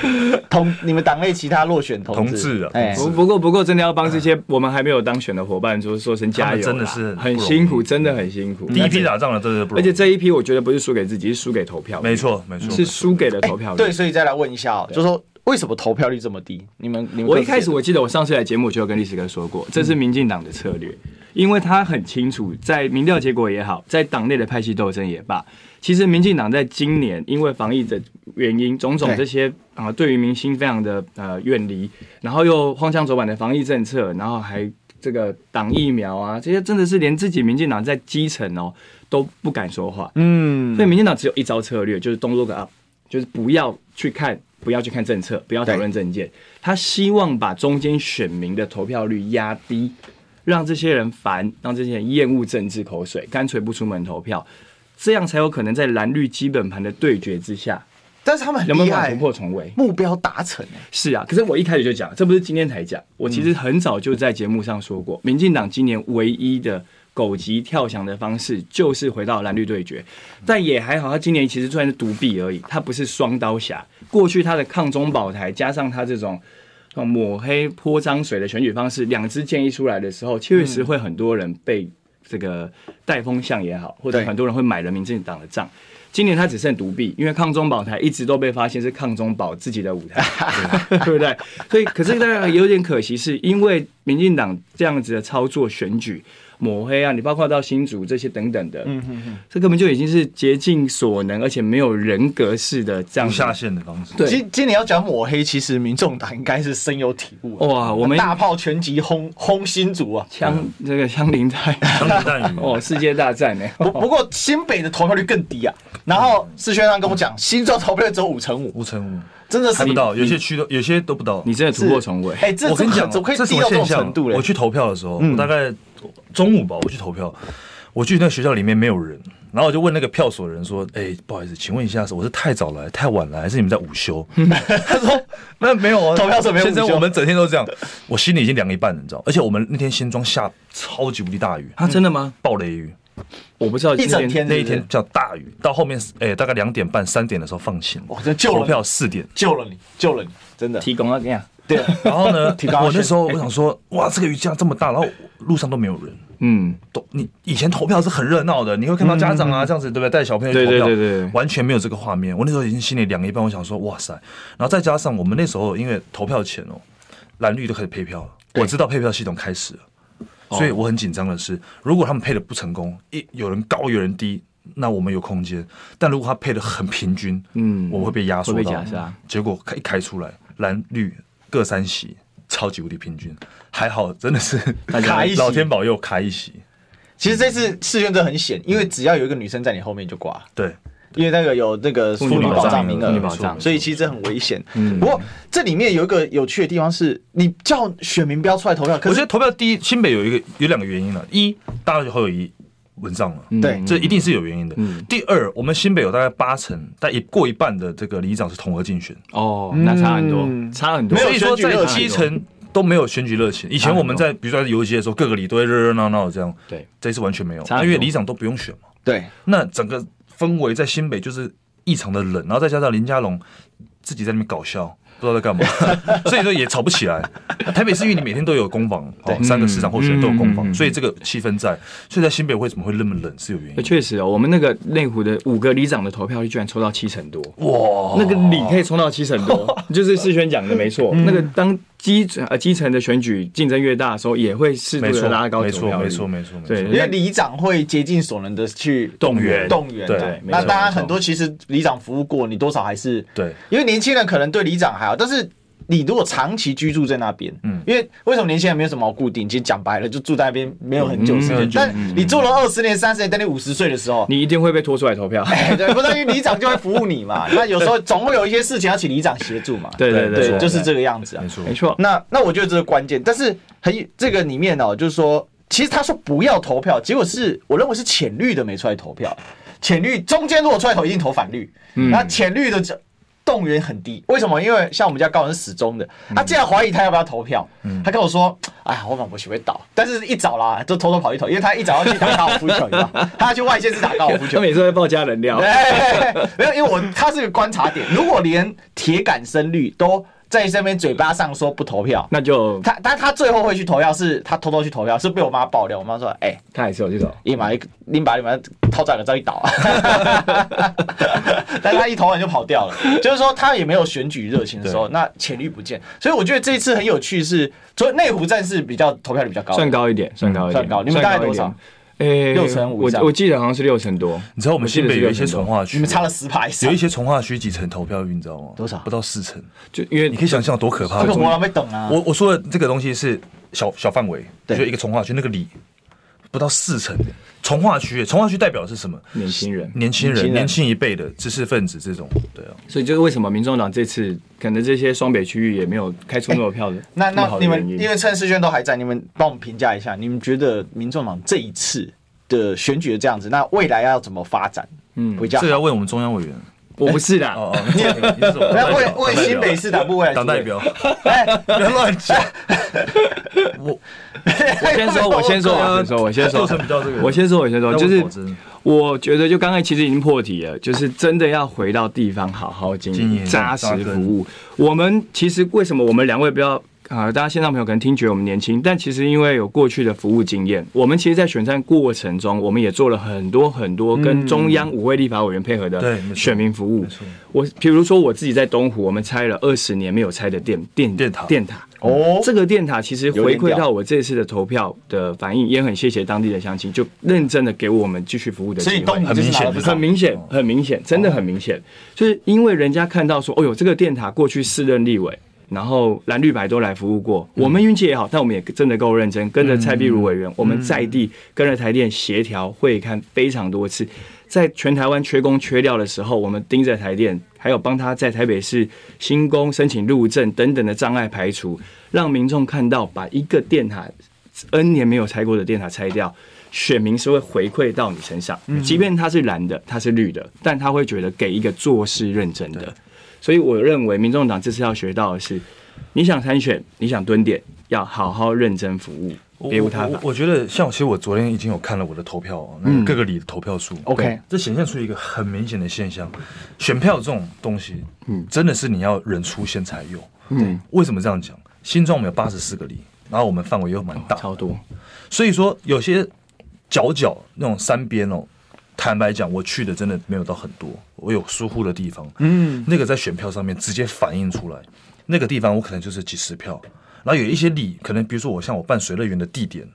同你们党内其他落选同
同志
志
啊
哎
不不过不过真的要帮这些我们还没有当选的伙伴说说声加油啦，
他们真的是
很
不容易
辛苦，真的很辛苦。
第一批打仗的真的不
而
容易
且这一批我觉得不是输给自己，是输给投票，
没，错没错，
是输给了
哎
投票。
对，，所以再来问一下哦，就说为什么投票率这么低？你们你们
我
各
一
自
开始
觉得嗯
我记得我上次来节目就有跟历史哥说过，这是民进党的策略，因为他很清楚，在民调结果也好，在党内的派系斗争也罢，其实民进党在今年因为防疫的原因，种种
对
这些啊、对于民心非常的呃远离，然后又荒腔走板的防疫政策，然后还。这个党疫苗啊，这些真的是连自己民进党在基层哦都不敢说话。
嗯
所以民进党只有一招策略，就是 don't look up，就是不要去看，不要去看政策，不要讨论政见。他希望把中间选民的投票率压低，让这些人烦，让这些人厌恶政治口水，干脆不出门投票，这样才有可能在蓝绿基本盘的对决之下，
但是他们很
能不
厉
能把
害
突，破重围？
目标达成欸。
是啊，可是我一开始就讲，这不是今天才讲，我其实很早就在节目上说过，民进党今年唯一的狗急跳墙的方式就是回到蓝绿对决，但也还好，他今年其实算是独臂而已，他不是双刀侠。过去他的抗中保台，加上他这种这种哦抹黑泼脏水的选举方式，两支建议出来的时候，确实会很多人被这个带风向也好，或者
对
很多人会买了民进党的账。今年他只剩独臂，因为抗中保台一直都被发现是抗中保自己的舞台，对不对？所以，可是当然有点可惜，是因为民进党这样子的操作选举抹黑啊，你包括到新竹这些等等的，嗯嗯嗯，这根本就已经是竭尽所能，而且没有人格式的这样
无
子
下限的方式。
对
今今年要讲抹黑，其实民众党应该是深有体悟的。
哇，我们
大炮全集轰轰新竹啊！
枪这个枪林弹雨
枪林弹雨，
哦，世界大战呢、
不不过新北的投票率更低啊。然后世轩上跟我讲，新庄投票率只有五成五，
五成五，
真的是
嗯还不到，有些区都有些都不到。
你真的突破重围，
哎，这
我跟你讲，
怎么可以
这是
低
什
到
么
这种
现象
程度嘞？嗯
我去投票的时候，我大概中午吧，我去投票，我去那学校里面没有人，然后我就问那个票所的人说：“哎、不好意思，请问一下，我是太早来、太晚来，还是你们在午 休？”他说：“那没有啊，
投票所没有午休
先生，我们整天都这样。”我心里已经凉一半了，你知道？而且我们那天新庄下超级无敌大雨，
啊，真的吗？
暴雷雨，
我不知道
一整天
那一天叫大雨，到后面哎、大概两点半、三点的时候放晴，
哇这救了
投票四点。
救了你，救了你，真的。
提供啊，这样，
对，
然后呢
提高，
我那时候我想说，哇，这个雨下这么大，然后路上都没有人。
嗯，
都你以前投票是很热闹的，你会看到家长啊这样子，对不对？带小朋友去投票，
对对对对
完全没有这个画面。我那时候已经心里凉了一半，我想说，哇塞！然后再加上我们那时候因为投票前哦，蓝绿都开始配票了，我知道配票系统开始了，
哦
所以我很紧张的是，如果他们配的不成功，一有人高有人低。那我们有空间，但如果他配的很平均，
嗯
嗯，我们会被压缩
会被
到
夹杀。
结果开一开出来，蓝绿各三席，超级无敌平均，还好真的是
大家
卡一席
老天保佑卡一席，
其实这次世轩真的很险，因为只要有一个女生在你后面你就挂，
对。
因为那个有那个妇
女
女
保
保
障
障名
妇女
额
保障，
所以其实这很危险。不过这里面有一个有趣的地方是，你叫选民不要出来投票，可
我
是
觉得投票第一，新北有一个有两个原因了，一大家就侯友谊稳上了。
对
这一定是有原因的。
嗯
第二，我们新北有大概八成，但也过一半的这个里长是统合竞选，
哦，那差很多，
嗯
差很多，
所以说
没有选举热
在
情
基层都没有选举热情。以前我们在比如说在游街的时候，各个里都会热热闹闹这样，
对，
这次完全没有，
差很
因
多
为里长都不用选嘛。
对，
那整个氛围在新北就是异常的冷，然后再加上林佳龙自己在那边搞笑，不知道在干 嘛，所以说也吵不起来。台北市因为你每天都有攻防，哦，三个市长候选人都有攻防，
嗯嗯嗯
所以这个气氛在，所以在新北为什么会那么冷是有原因
那。确实哦，我们那个内湖的五个里长的投票率居然抽到七成多，
哇，
那个里可以冲到七成多，就是世轩讲的没错。那个当基呃基层的选举竞争越大的时候，也会适度
没
的
错，
拉高
没
投
错，
票率
没错，没错，没错
对，
因为里长会竭尽所能的去
动员
动员啊。
对
那
没错
当然
没错
很多其实里长服务过，你多少还是
对，
因为年轻人可能对里长还好，但是。你如果长期居住在那边，嗯
嗯，
因为为什么年轻人没有什么好固定？其实讲白了，就住在那边没有很久时
嗯没有
间
很。久
但你做了二十年、三十年，等你五十岁的时候，
你一定会被拖出来投票。
哎 对，不是因为里长就会服务你 嘛。那有时候总会有一些事情要请里长协助嘛。
对对对
对，
对
就是这个样子啊
没。错，
没错，
那那我觉得这是关键，但是很这个里面哦，就是说，其实他说不要投票，结果是我认为是浅绿的没出来投票，浅绿中间如果出来投，一定投反绿，
嗯
那浅绿的这动员很低，为什么？因为像我们家高人是始终的，
嗯
他竟然怀疑他要不要投票，他跟我说，哎呀，我老婆学会倒，但是一早啦，就偷偷跑去投，因为他一早要去打高尔夫球，你知道吗，他要去外县市打高尔夫球
他，每次会爆加人 料。
哎，没有，因为我他是个观察点，如果连铁杆深绿都在这边嘴巴上说不投票，
那就
他但他最后会去投票，是他偷偷去投票，是被我妈爆料。我妈说：“哎、
他还是有这种，
一把一拎把你们套在个这一倒。” 但他一投完就跑掉了，就是说他也没有选举热情的时候，那潜力不见。所以我觉得这一次很有趣是，所以内湖站是比较投票率比较高的，
算高一点，算高一点，
嗯算高你们大概
算一点
多少？
诶，
六成五以
我
上
我记得好像是六成多。
你知道我们新北有一些从化
你
区
们，差了十趴以上
有一。些从化区几成投票率，你知道吗？
多少
不到四成，
就因为
你可以想象有多可怕
这。个我还没等啊，
我我说的这个东西是小小范围，
对
就一个从化区那个里不到四成，从化区，从化区代表的是什么？
年轻人
年轻
嗯年轻
人、
人
年轻一辈的知识分子这种，对啊，
所以就是为什么民众党这次可能这些双北区域也没有开出那么票的，
那
么
那
好的
你们
原
因为趁试卷都还在，你们帮我们评价一下，你们觉得民众党这一次的选举的这样子，那未来要怎么发展？嗯，比较好
这
啊
个。要问我们中央委员。
我不是啦，
哦哦，你是什么
那问问新北市党部未来
党代表，
哎，
不要 乱讲。我
我先说，我 先说，我先说，我先
做
说
成比较这个，
我先说，我先说，
那我
就是
果真
我觉得就刚才其实已经破题了，就是真的要回到地方好好经
经营
营，扎实
扎根
服务。我们其实为什么我们两位不要？啊、大家线上朋友可能听觉得我们年轻，但其实因为有过去的服务经验，我们其实，在选战过程中，我们也做了很多很多跟中央五位立法委员配合
对
的
没错
选民服务
没错。
我比如说我自己在东湖，我们拆了二十年没有拆的电电
电塔
电塔，
哦，
这个电塔其实回
有
馈
点屌
到我这次的投票的反应，也很谢谢当地的乡亲，就认真的给我们继续服务的机
所以
会。
东吴
很
就是
明
拿
显
了不
的
少
很明显，很明显，真的很明显，就是因为人家看到说，哦呦，这个电塔过去四任立委，然后蓝绿白都来服务过，我们运气也好，但我们也真的够认真，跟着蔡壁如委员，我们在地跟着台电协调会看非常多次，在全台湾缺工缺料的时候，我们盯着台电，还有帮他在台北市新工申请入证等等的障碍排除，让民众看到把一个电塔 N 年没有拆过的电塔拆掉，选民是会回馈到你身上，即便它是蓝的，它是绿的，但他会觉得给一个做事认真的。所以我认为，民众党这次要学到的是，你想参选，你想蹲点，要好好认真服务，
我
别无他
我
法。
我觉得像其实我昨天已经有看了我的投票，那个各个里的投票数。
OK
这显现出一个很明显的现象，选票这种东西，嗯，真的是你要人出现才有。嗯，为什么这样讲？新庄我们有八十四个里，然后我们范围又蛮大，
超哦多，
所以说有些角角那种山边哦，坦白讲，我去的真的没有到很多，我有疏忽的地方，嗯，那个在选票上面直接反映出来，那个地方我可能就是几十票，然后有一些里可能，比如说我像我办水乐园的地点，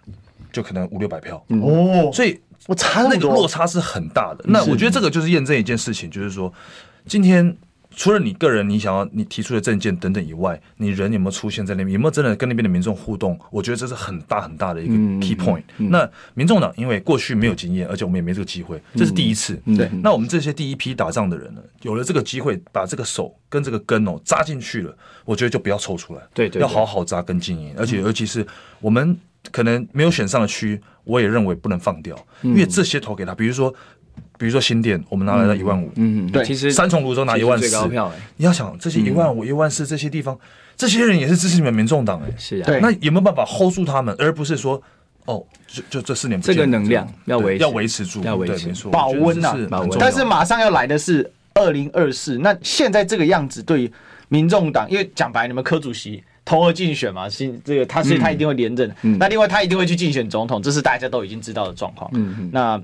就可能五六百票，
哦，
所以
我差那么
那个
多
落差是很大的。那我觉得这个就是验证一件事情，就是说，今天除了你个人你想要你提出的证件等等以外，你人有没有出现在那边，有没有真的跟那边的民众互动？我觉得这是很大很大的一个 key point。那民众党因为过去没有经验，而且我们也没这个机会，这是第一次。
对
那我们这些第一批打仗的人呢，有了这个机会，把这个手跟这个根哦扎进去了，我觉得就不要抽出来，
对对对
要好好扎根经营，而
嗯
且尤其是我们可能没有选上的区，我也认为不能放掉，
嗯
因为这些投给他，比如说，比如说新店，我们拿来了一万五，
嗯，
对
其实
三重泸州拿
其
一
实
万
最
四
高，票哎，
你要想这些一万五、一万四这些地方，这些人也是支持你们民众党哎，
是啊，
对
那有没有办法 hold 住他们，而不是说哦，就就这四年不
这个
见了
能量要
对
维持
要维持住，
要维
对
持
没错，
保温
呐
呐、，
这是
保
很
温
重要
但是马上要来的是二零二四，那现在这个样子对民众党，因为讲白，你们柯主席投而竞选嘛，新这个他所以他一定会连任，
嗯
那另外他一定会去竞选总统，这是大家都已经知道的状况。
嗯
那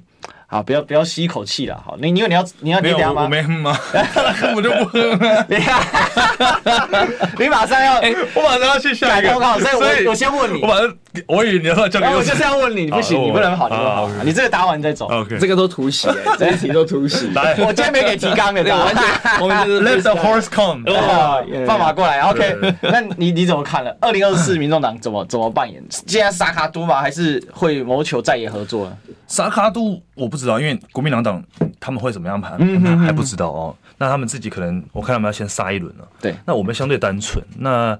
好，不要不要吸一口气了，好，你因为你要你要你
没有
等一下
我我
吗？
没哼吗？ 我就不哼了。
你 你马上要
我马上要去下
改
一个
报告，所以我我先问你哎
我，马上，我以为你要乱叫给
然后我就是是要问你，不行，
好
你不能好，你不能
好
好
好，
你这个答完再走。
OK，
这个都突 袭哎，这一题都突袭。
我今天没给提纲 的，
对我完全我们就是
Let the horse come。
啊
对，
放马过来
对
，OK。那你你怎么看了？二零二四民众党怎么怎么扮演？现在萨卡都吗？还是会谋求在野合作呢？
萨卡都我不知道，因为国民党党他们会怎么样盘，那还不知道哦。那他们自己可能，我看他们要先杀一轮了。
对
那我们相对单纯，那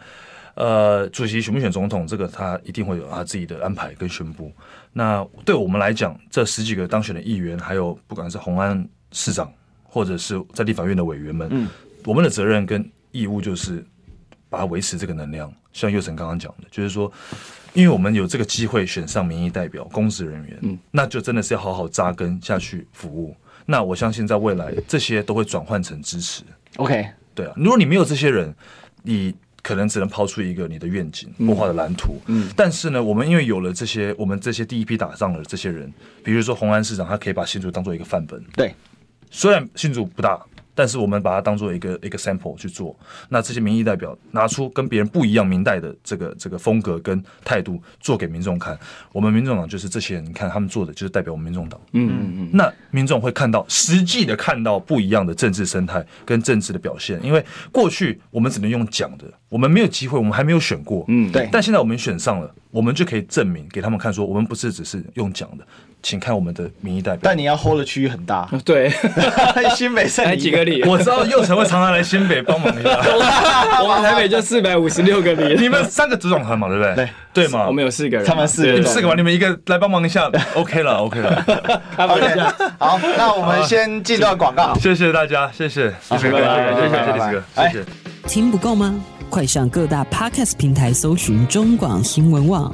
呃，主席选不选总统，这个他一定会有他自己的安排跟宣布。那对我们来讲，这十几个当选的议员，还有不管是红安市长，或者是在立法院的委员们，我们的责任跟义务就是把它维持这个能量。像佑成刚刚讲的，就是说，因为我们有这个机会选上民意代表、公职人员，那就真的是要好好扎根下去服务。那我相信在未来，这些都会转换成支持。
？OK，
对啊，如果你没有这些人，你可能只能抛出一个你的愿景、文化的蓝图。嗯，但是呢，我们因为有了这些，我们这些第一批打仗的这些人，比如说红安市长，他可以把新竹当做一个范本。
对，
虽然新竹不大，但是我们把它当做一个一个 sample 去做。那这些民意代表拿出跟别人不一样明代的这个这个风格跟态度，做给民众看。我们民众党就是这些人，你看他们做的就是代表我们民众党。
嗯嗯
那民众会看到实际的看到不一样的政治生态跟政治的表现，因为过去我们只能用讲的，我们没有机会，我们还没有选过，
嗯
对
但现在我们选上了，我们就可以证明给他们看，说我们不是只是用讲的，请看我们的民意代表。
但你要 hold 的区域很大，
嗯， 对，
新北剩
才
你一
哎 几
个
个里？
我知道佑成会常常来新北帮忙一下，
我们台北就四百五十六个 里，
你们三个组总团嘛，对不对？
对
对嘛，
我们有四个人，
他们四个
你
对
们四个嘛，你们一个来帮忙一下，OK 了，OK 了，
开玩笑
OK，好，那我们先进段广告。
谢谢大家，谢谢，谢谢，谢谢，谢谢，
拜拜
谢谢
拜拜
谢谢。
听不够吗？快上各大 podcast 平台搜寻中广新闻网，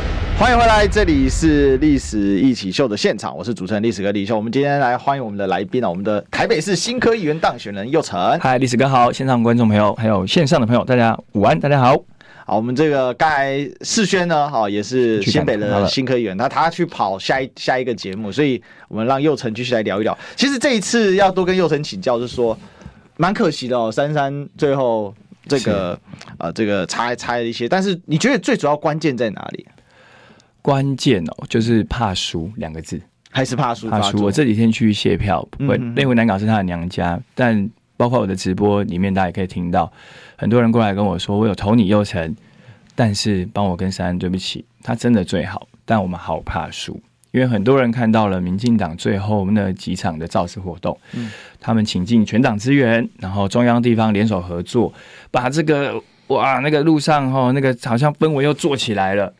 欢迎回来，这里是历史一起秀的现场，我是主持人历史哥李秀。我们今天来欢迎我们的来宾啊，我们的台北市新科议员当选人佑成。
嗨，哎历史哥好，现场观众朋友，还有线上的朋友，大家午安，大家好。
好，我们这个刚才世轩呢，哈，也是新北的新科议员，那他去跑下一下一个节目，所以我们让佑成继续来聊一聊。其实这一次要多跟佑成请教，是说蛮可惜的哦，珊珊最后这个呃这个差差了一些，但是你觉得最主要关键在哪里？
关键哦，就是怕输两个字，
还是怕输
怕
发
输。
作
我这几天去卸票，我内湖南港是他的娘家，但包括我的直播里面，大家也可以听到很多人过来跟我说，我有投你右城，但是帮我跟珊珊，对不起，他真的最好，但我们好怕输。因为很多人看到了民进党最后那几场的造势活动，他们请进全党资源，然后中央地方联手合作，把这个哇那个路上哈那个好像氛围又做起来了，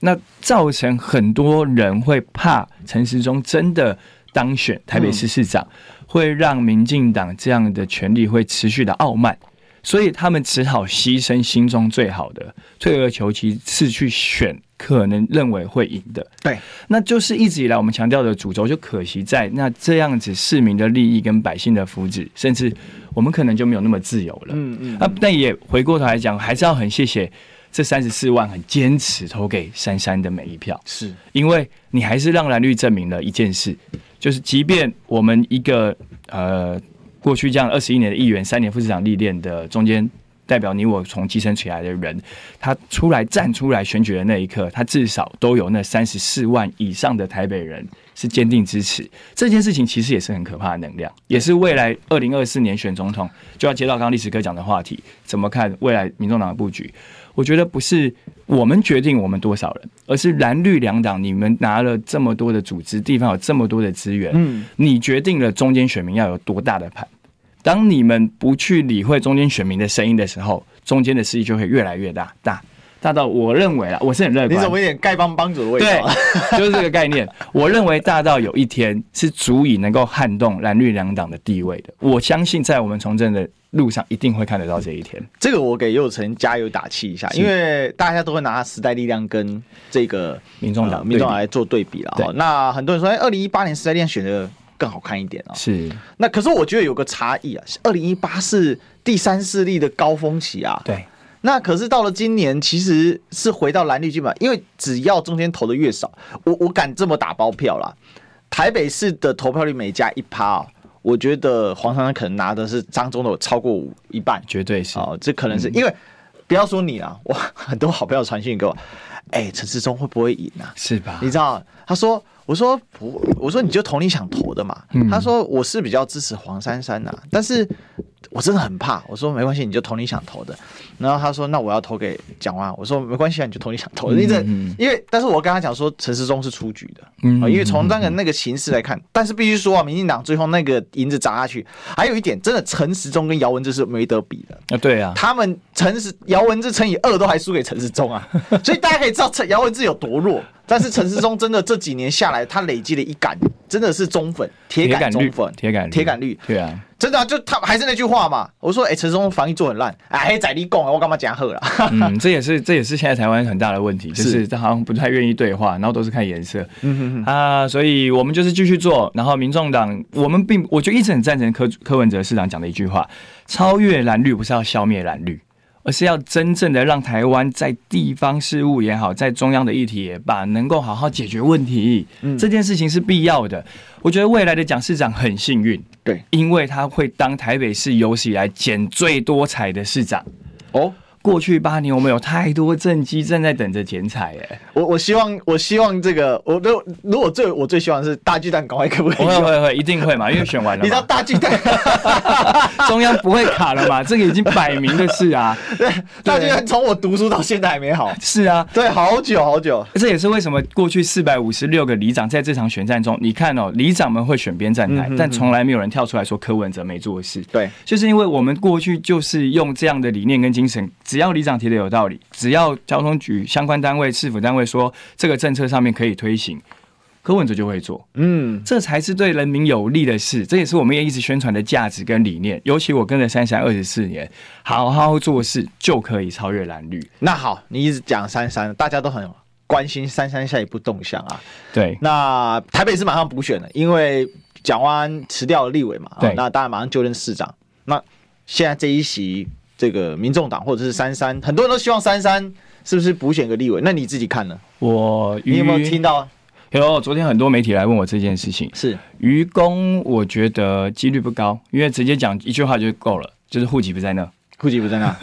那造成很多人会怕陈时中真的当选台北市市长，会让民进党这样的权力会持续的傲慢，所以他们只好牺牲心中最好的，退而求其次去选可能认为会赢的。
对，
那就是一直以来我们强调的主轴，就可惜在那这样子市民的利益跟百姓的福祉，甚至我们可能就没有那么自由了。嗯嗯。啊，但也回过头来讲，还是要很谢谢这三十四万很坚持投给珊珊的每一票，
是
因为你还是让蓝绿证明了一件事，就是即便我们一个呃过去这样二十一年的议员、三年副市长历练的中间。代表你我从基层起来的人，他出来站出来选举的那一刻，他至少都有那三十四万以上的台北人是坚定支持这件事情，其实也是很可怕的能量，也是未来二零二四年选总统就要接到刚刚历史哥讲的话题，怎么看未来民众党的布局？我觉得不是我们决定我们多少人，而是蓝绿两党你们拿了这么多的组织，地方有这么多的资源，嗯，你决定了中间选民要有多大的盘。当你们不去理会中间选民的声音的时候，中间的势力就会越来越大，大大到我认为啊，我是很乐观。
你怎么有点丐帮帮主的味道？
对， 就是这个概念。我认为大到有一天是足以能够撼动蓝绿两党的地位的。我相信在我们从政的路上，一定会看得到这一天。
这个我给佑成加油打气一下，因为大家都会拿时代力量跟这个
民众党
呃民众
啊
党
对比
来做对比了哈
对。
那很多人说，哎，二零一八年时代力量选的更好看一点啊、
是，
那可是我觉得有个差异啊，二零一八是第三势力的高峰期啊。。
对，
那可是到了今年，其实是回到蓝绿基本，因为只要中间投的越少，我我敢这么打包票啦。台北市的投票率每加一趴、哦，我觉得黄珊珊可能拿的是张忠的超过五一半，
绝对是。
哦，这可能
嗯
是、因为不要说你啦，我很多好朋友传讯给我，哎，陈世忠会不会赢啊？
是吧
你？知道？他说，我说不，我说你就投你想投的嘛。
嗯
他说我是比较支持黄珊珊呐、但是我真的很怕。我说没关系，你就投你想投的。然后他说那我要投给蒋万安。我说没关系啊，你就投你想投的。你这因为，但是我跟他讲说陈时中是出局的，
嗯
啊因为从那个那个形势来看，但是必须说啊，民进党最后那个银子砸下去，还有一点真的陈时中跟姚文智是没得比的。
啊，对啊，
他 们陈时姚文志乘以二都还输给陈时中啊，所以大家可以知道陈姚文志有多弱。但是陈世忠真的这几年下来，他累积了一杆，真的是忠粉，铁
铁
杆
杆
忠
绿
粉，
铁杆绿
铁杆绿，
对啊，
真的啊、就他还是那句话嘛，我说哎，陈世忠防疫做很烂，哎，仔力供啊，我干嘛讲贺 啦？
嗯，这也是这也是现在台湾很大的问题，就是是他好像不太愿意对话，然后都是看颜色。嗯啊，所以我们就是继续做。然后民众党，我们并我就一直很赞成柯柯文哲市长讲的一句话：超越蓝绿不是要消灭蓝绿。而是要真正的让台湾在地方事务也好，在中央的议题也罢，能够好好解决问题，
嗯
这件事情是必要的。我觉得未来的蒋市长很幸运，
对，
因为他会当台北市有史以来减最多彩的市长。
哦，
过去八年，我们有太多政绩正在等着剪彩哎，
我我希望我希望这个，我都如果最我最希望是大巨蛋赶快可不可
会
以用？
会会，一定会嘛，因为选完了
你知道
嘛，
大巨蛋，
中央不会卡了嘛，这个已经摆明的事啊，
大巨蛋从我读书到现在还没好，
是啊。
对，好久好久，
这也是为什么过去四百五十六个里长在这场选战中，你看哦，里长们会选边站台，但从来没有人跳出来说柯文哲没做事。
对，
就是因为我们过去就是用这样的理念跟精神，只要里长提的有道理，只要交通局相关单位、市府单位说这个政策上面可以推行，柯文哲就会做。
嗯，
这才是对人民有利的事，这也是我们也一直宣传的价值跟理念。尤其我跟了珊珊二十四年，好好做事就可以超越蓝绿。
那好，你一直讲珊珊，大家都很关心珊珊下一步动向啊。
对，
那台北是马上补选了，因为蒋万安辞掉了立委嘛，
对
啊那当然马上就任市长。那现在这一席，这个民众党或者是珊珊，很多人都希望珊珊是不是补选个立委？那你自己看呢？
我
你有没有听
到？
到？
有，昨天很多媒体来问我这件事情。
是
愚公，我觉得几率不高，因为直接讲一句话就够了，就是户籍不在那，
户籍不在那，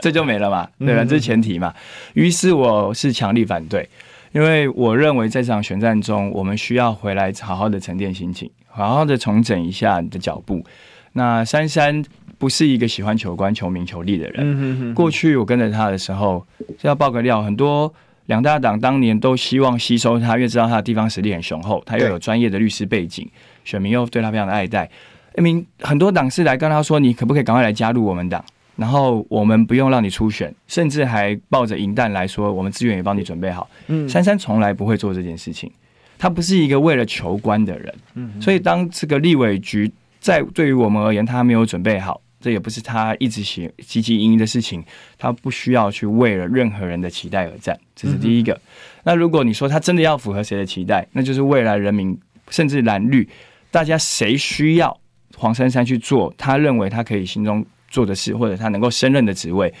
这就没了嘛，对吧？这是前提嘛。于是我是强力反对，因为我认为在这场选战中，我们需要回来好好的沉淀心情，好好的重整一下你的脚步。那珊珊不是一个喜欢求官、求名、求利的人。过去我跟着他的时候，是要爆个料，很多两大党当年都希望吸收他，因为知道他的地方实力很雄厚，他又
对
有专业的律师背景，选民又对他非常的爱戴。一名很多党是来跟他说，你可不可以赶快来加入我们党？然后我们不用让你初选，甚至还抱着银弹来说，我们资源也帮你准备好。嗯，珊珊从来不会做这件事情，他不是一个为了求官的人。嗯，所以当这个立委局在对于我们而言，他没有准备好，这也不是他一直喜积极营营的事情，他不需要去为了任何人的期待而战，这是第一个。那如果你说他真的要符合谁的期待，那就是未来人民甚至蓝绿，大家谁需要黄珊珊去做他认为他可以心中做的事，或者他能够胜任的职位，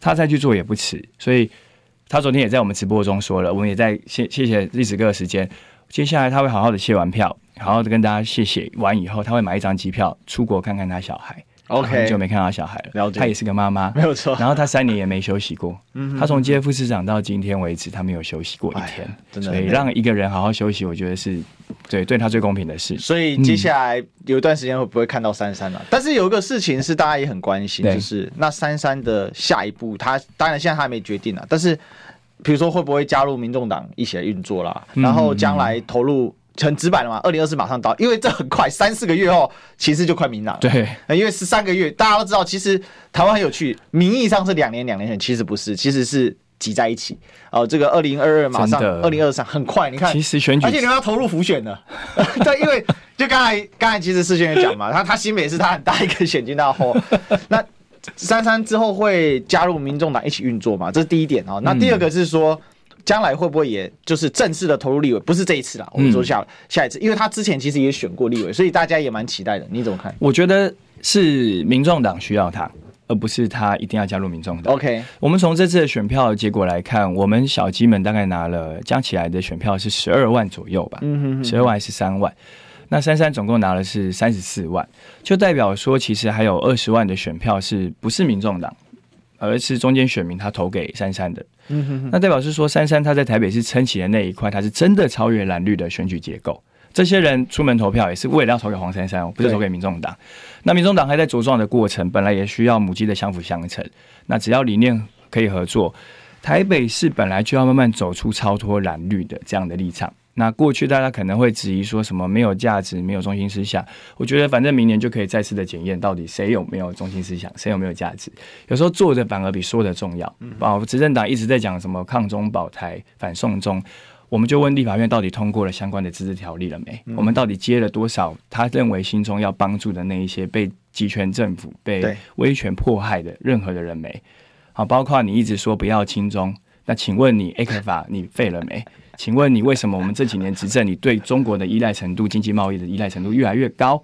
他再去做也不迟。所以他昨天也在我们直播中说了，我们也在谢谢谢历史哥的时间，接下来他会好好的谢完票，好好的跟大家谢谢完以后，他会买一张机票出国看看他小孩。
OK
很久没看到小孩了，
了解
他也是个妈妈，
没有错
然后他三年也没休息过，他从接副市长到今天为止，他没有休息过一
嗯哎
天
呀，真的
所以让一个人好好休息，我觉得是对对他最公平的事。
所以接下来有一段时间会不会看到珊珊了、但是有一个事情是大家也很关心，
对
就是那珊珊的下一步，她当然现在她还没决定啊，但是比如说会不会加入民众党一起来运作啦，然后将来投入很直白的嘛，二零二四马上到，因为这很快，三四个月后其实就快明朗了。
对，
呃因为十三个月，大家都知道，其实台湾很有趣，名义上是两年两年选，其实不是，其实是挤在一起。哦、这个二零二二马上，
真
二
的
零二三很快，你看，
其实选举
而且你们要投入浮选的， 对，因为就刚才刚才其实世轩也讲嘛，他他新北是他很大一个选进到后，那珊珊之后会加入民众党一起运作嘛，这是第一点哦。那
嗯
第二个是说。将来会不会也就是正式的投入立委？不是这一次啦，我们
嗯
说下、下一次，因为他之前其实也选过立委，所以大家也蛮期待的。你怎么看
我觉得是民众党需要他，而不是他一定要加入民众党。
？OK，
我们从这次的选票结果来看，我们小鸡们大概拿了加起来的选票是十二万左右吧，
嗯
十二万还是三万。那珊珊总共拿了是三十四万，就代表说其实还有二十万的选票是不是民众党，而是中间选民他投给珊珊的。那代表是说珊珊她在台北市撑起的那一块，她是真的超越蓝绿的选举结构。这些人出门投票也是为了要投给黄珊珊哦，不是投给民众党。那民众党还在茁壮的过程，本来也需要母鸡的相辅相成。那只要理念可以合作，台北市本来就要慢慢走出超脱蓝绿的这样的立场。那过去大家可能会质疑说什么没有价值、没有中心思想，我觉得反正明年就可以再次的检验到底谁有没有中心思想，谁有没有价值。有时候做的反而比说的重要。啊，执政党一直在讲什么抗中保台、反送中，我们就问立法院到底通过了相关的自治条例了没？我们到底接了多少他认为心中要帮助的那一些被集权政府、
对
被威权迫害的任何的人没？好，包括你一直说不要亲中，那请问你 A 克法你废了没？请问你为什么我们这几年执政，你对中国的依赖程度、经济贸易的依赖程度越来越高？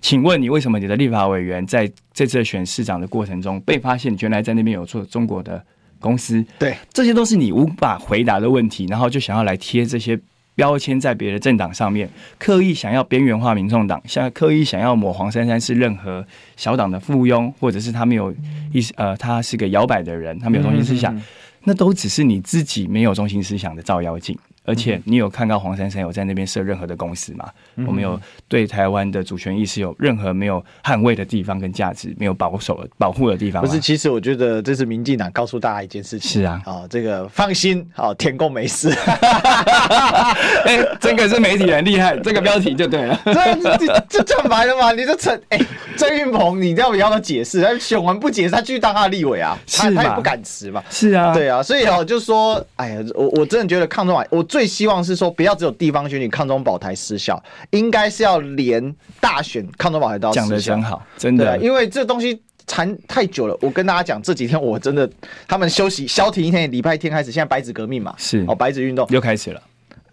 请问你为什么你的立法委员在这次选市长的过程中被发现原来在那边有做中国的公司？
对，
这些都是你无法回答的问题，然后就想要来贴这些标签在别的政党上面，刻意想要边缘化民众党，像刻意想要抹黄珊珊是任何小党的附庸，或者是他没有意识，呃，他是个摇摆的人，他没有中心思
嗯
想，那都只是你自己没有中心思想的照妖镜。而且
嗯
你有看到黄珊珊有在那边设任何的公司吗？我们有对台湾的主权意识有任何没有捍卫的地方跟价值，没有保守保护的地方
不
吗？
是，其实我觉得这是民进党告诉大家一件事情。
是啊
哦，这个放心，哦，填供没事。
哎、这个是媒体人厉害，这个标题就对了。
这这这讲白了嘛？你这陈哎，郑、运鹏，你到底要不要解释？他选完不解释，他继续当他的立委啊，他
是
他也
嘛
不敢辞嘛。
是啊，
对啊，所以哦，就说，哎呀，我我真的觉得抗中保，我最希望是说，不要只有地方选举抗中保台失效，应该是要连大选抗中保台都要
讲的
失效
真。好，真
对啊，
的。
因为这东西缠太久了。我跟大家讲，这几天我真的，他们休息消停一天，礼拜天开始，现在白纸革命嘛，
是
哦，白纸运动
又开始了，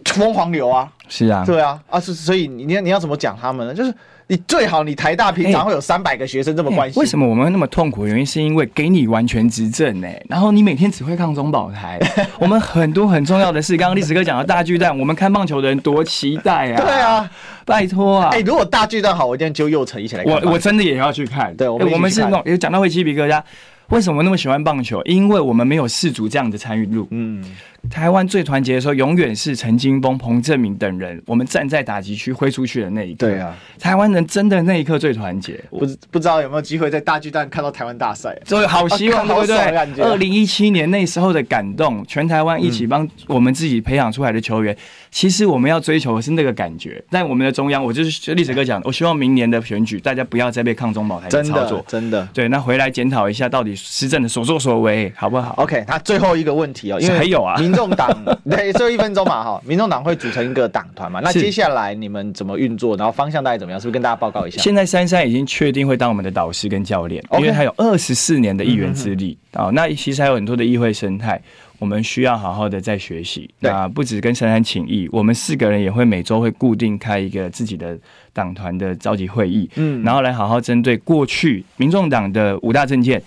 疯狂流啊，
是啊，
对啊，啊是，所以你你要你要怎么讲他们呢？就是你最好你台大平常会有三百个学生这么
哎
关心，
为什
么？
么我们会那么痛苦？原因是因为给你完全执政呢、然后你每天只会抗中 保台。我们很多很重要的事，刚刚历史哥讲的大巨蛋，我们看棒球的人多期待啊！
对，啊，
拜托啊！
哎、如果大巨蛋好，我一定揪佑成一起来看吧。
我我真的也要去看。
对我
哎
们一起
我们是
去看
那种有讲到会鸡皮疙瘩。为什么那么喜欢棒球？因为我们没有世足这样的参与度。嗯，台湾最团结的时候，永远是陈金峰、彭正明等人，我们站在打击区挥出去的那一刻。
对啊，
台湾人真的那一刻最团结。
不知不知道有没有机会在大巨蛋看到台湾大赛、
所以好希望，
啊
对
好
不
爽的感觉
对？二零一七年那时候的感动，全台湾一起帮我们自己培养出来的球员，其实我们要追求的是那个感觉。但我们的中央，我就是历史哥讲的，我希望明年的选举，大家不要再被抗中保台
真
操
的
作。
真的。
对，那回来检讨一下，到底施政的所作所为好不好？
OK，那最后一个问题哦，因为
还有啊
民众 党对，最后一分钟嘛哈，民众党会组成一个党团嘛，那
是
接下来你们怎么运作，然后方向大概怎么样，是不是跟大家报告一下？
现在珊珊已经确定会当我们的导师跟教练，因
OK 嗯
为她有二十四年的议员资历啊、哦那其实还有很多的议会生态，我们需要好好的在学习。
对
那不止跟珊珊请益，我们四个人也会每周会固定开一个自己的党团的召集会议，嗯，然后来好好针对过去民众党的五大政见。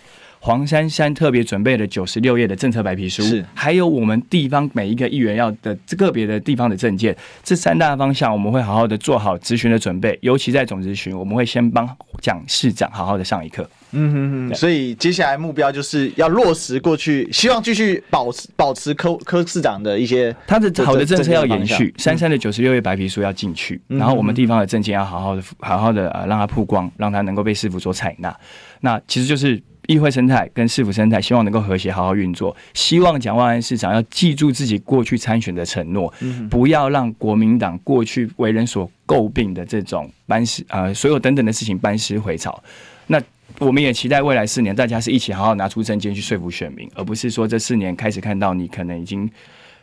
黄珊珊特别准备了九十六页的政策白皮书，
是
还有我们地方每一个议员要的个别的地方的证件，这三大方向我们会好好的做好咨询的准备，尤其在总咨询，我们会先帮蒋市长好好的上一课。
嗯嗯嗯，所以接下来目标就是要落实过去，希望继续保持保持柯柯市长的一些
他的好的政策要延
政策
续，珊珊的九十六页白皮书要进去，然后我们地方的政见要好好的、好好的呃让它曝光，让它能够被市府所采纳。那其实就是议会生态跟市府生态，希望能够和谐好好运作。希望蒋万安市长要记住自己过去参选的承诺，不要让国民党过去为人所诟病的这种班师呃所有等等的事情班师回朝。那我们也期待未来四年，大家是一起好好拿出证件去说服选民，而不是说这四年开始看到你可能已经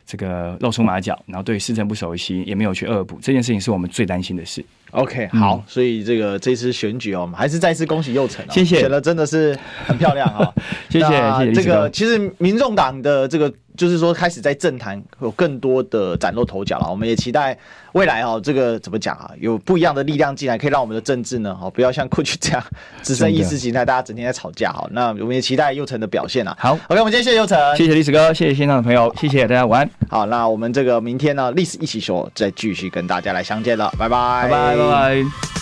这个露出马脚，然后对市政不熟悉，也没有去恶补，这件事情是我们最担心的事。
OK，好，
嗯
所以这个这次选举哦，我们还是再次恭喜佑成、哦，
谢谢
选的真的是很漂亮啊、哦，
谢谢
那
谢
这
谢李志
个
哥
其实民众党的这个就是说开始在政坛有更多的崭露头角了，我们也期待未来哦，这个怎么讲啊，有不一样的力量进来，可以让我们的政治呢，哦，不要像过去这样只剩意识形态，大家整天在吵架
嗯
哈、那我们也期待佑成的表现啊。
好
，OK，我们今天谢谢佑成，
谢谢历史哥，谢谢现场的朋友，谢谢大家，晚安，
好，那我们这个明天呢，历史一起说，再继续跟大家来相见了，拜拜，
拜拜拜。拜。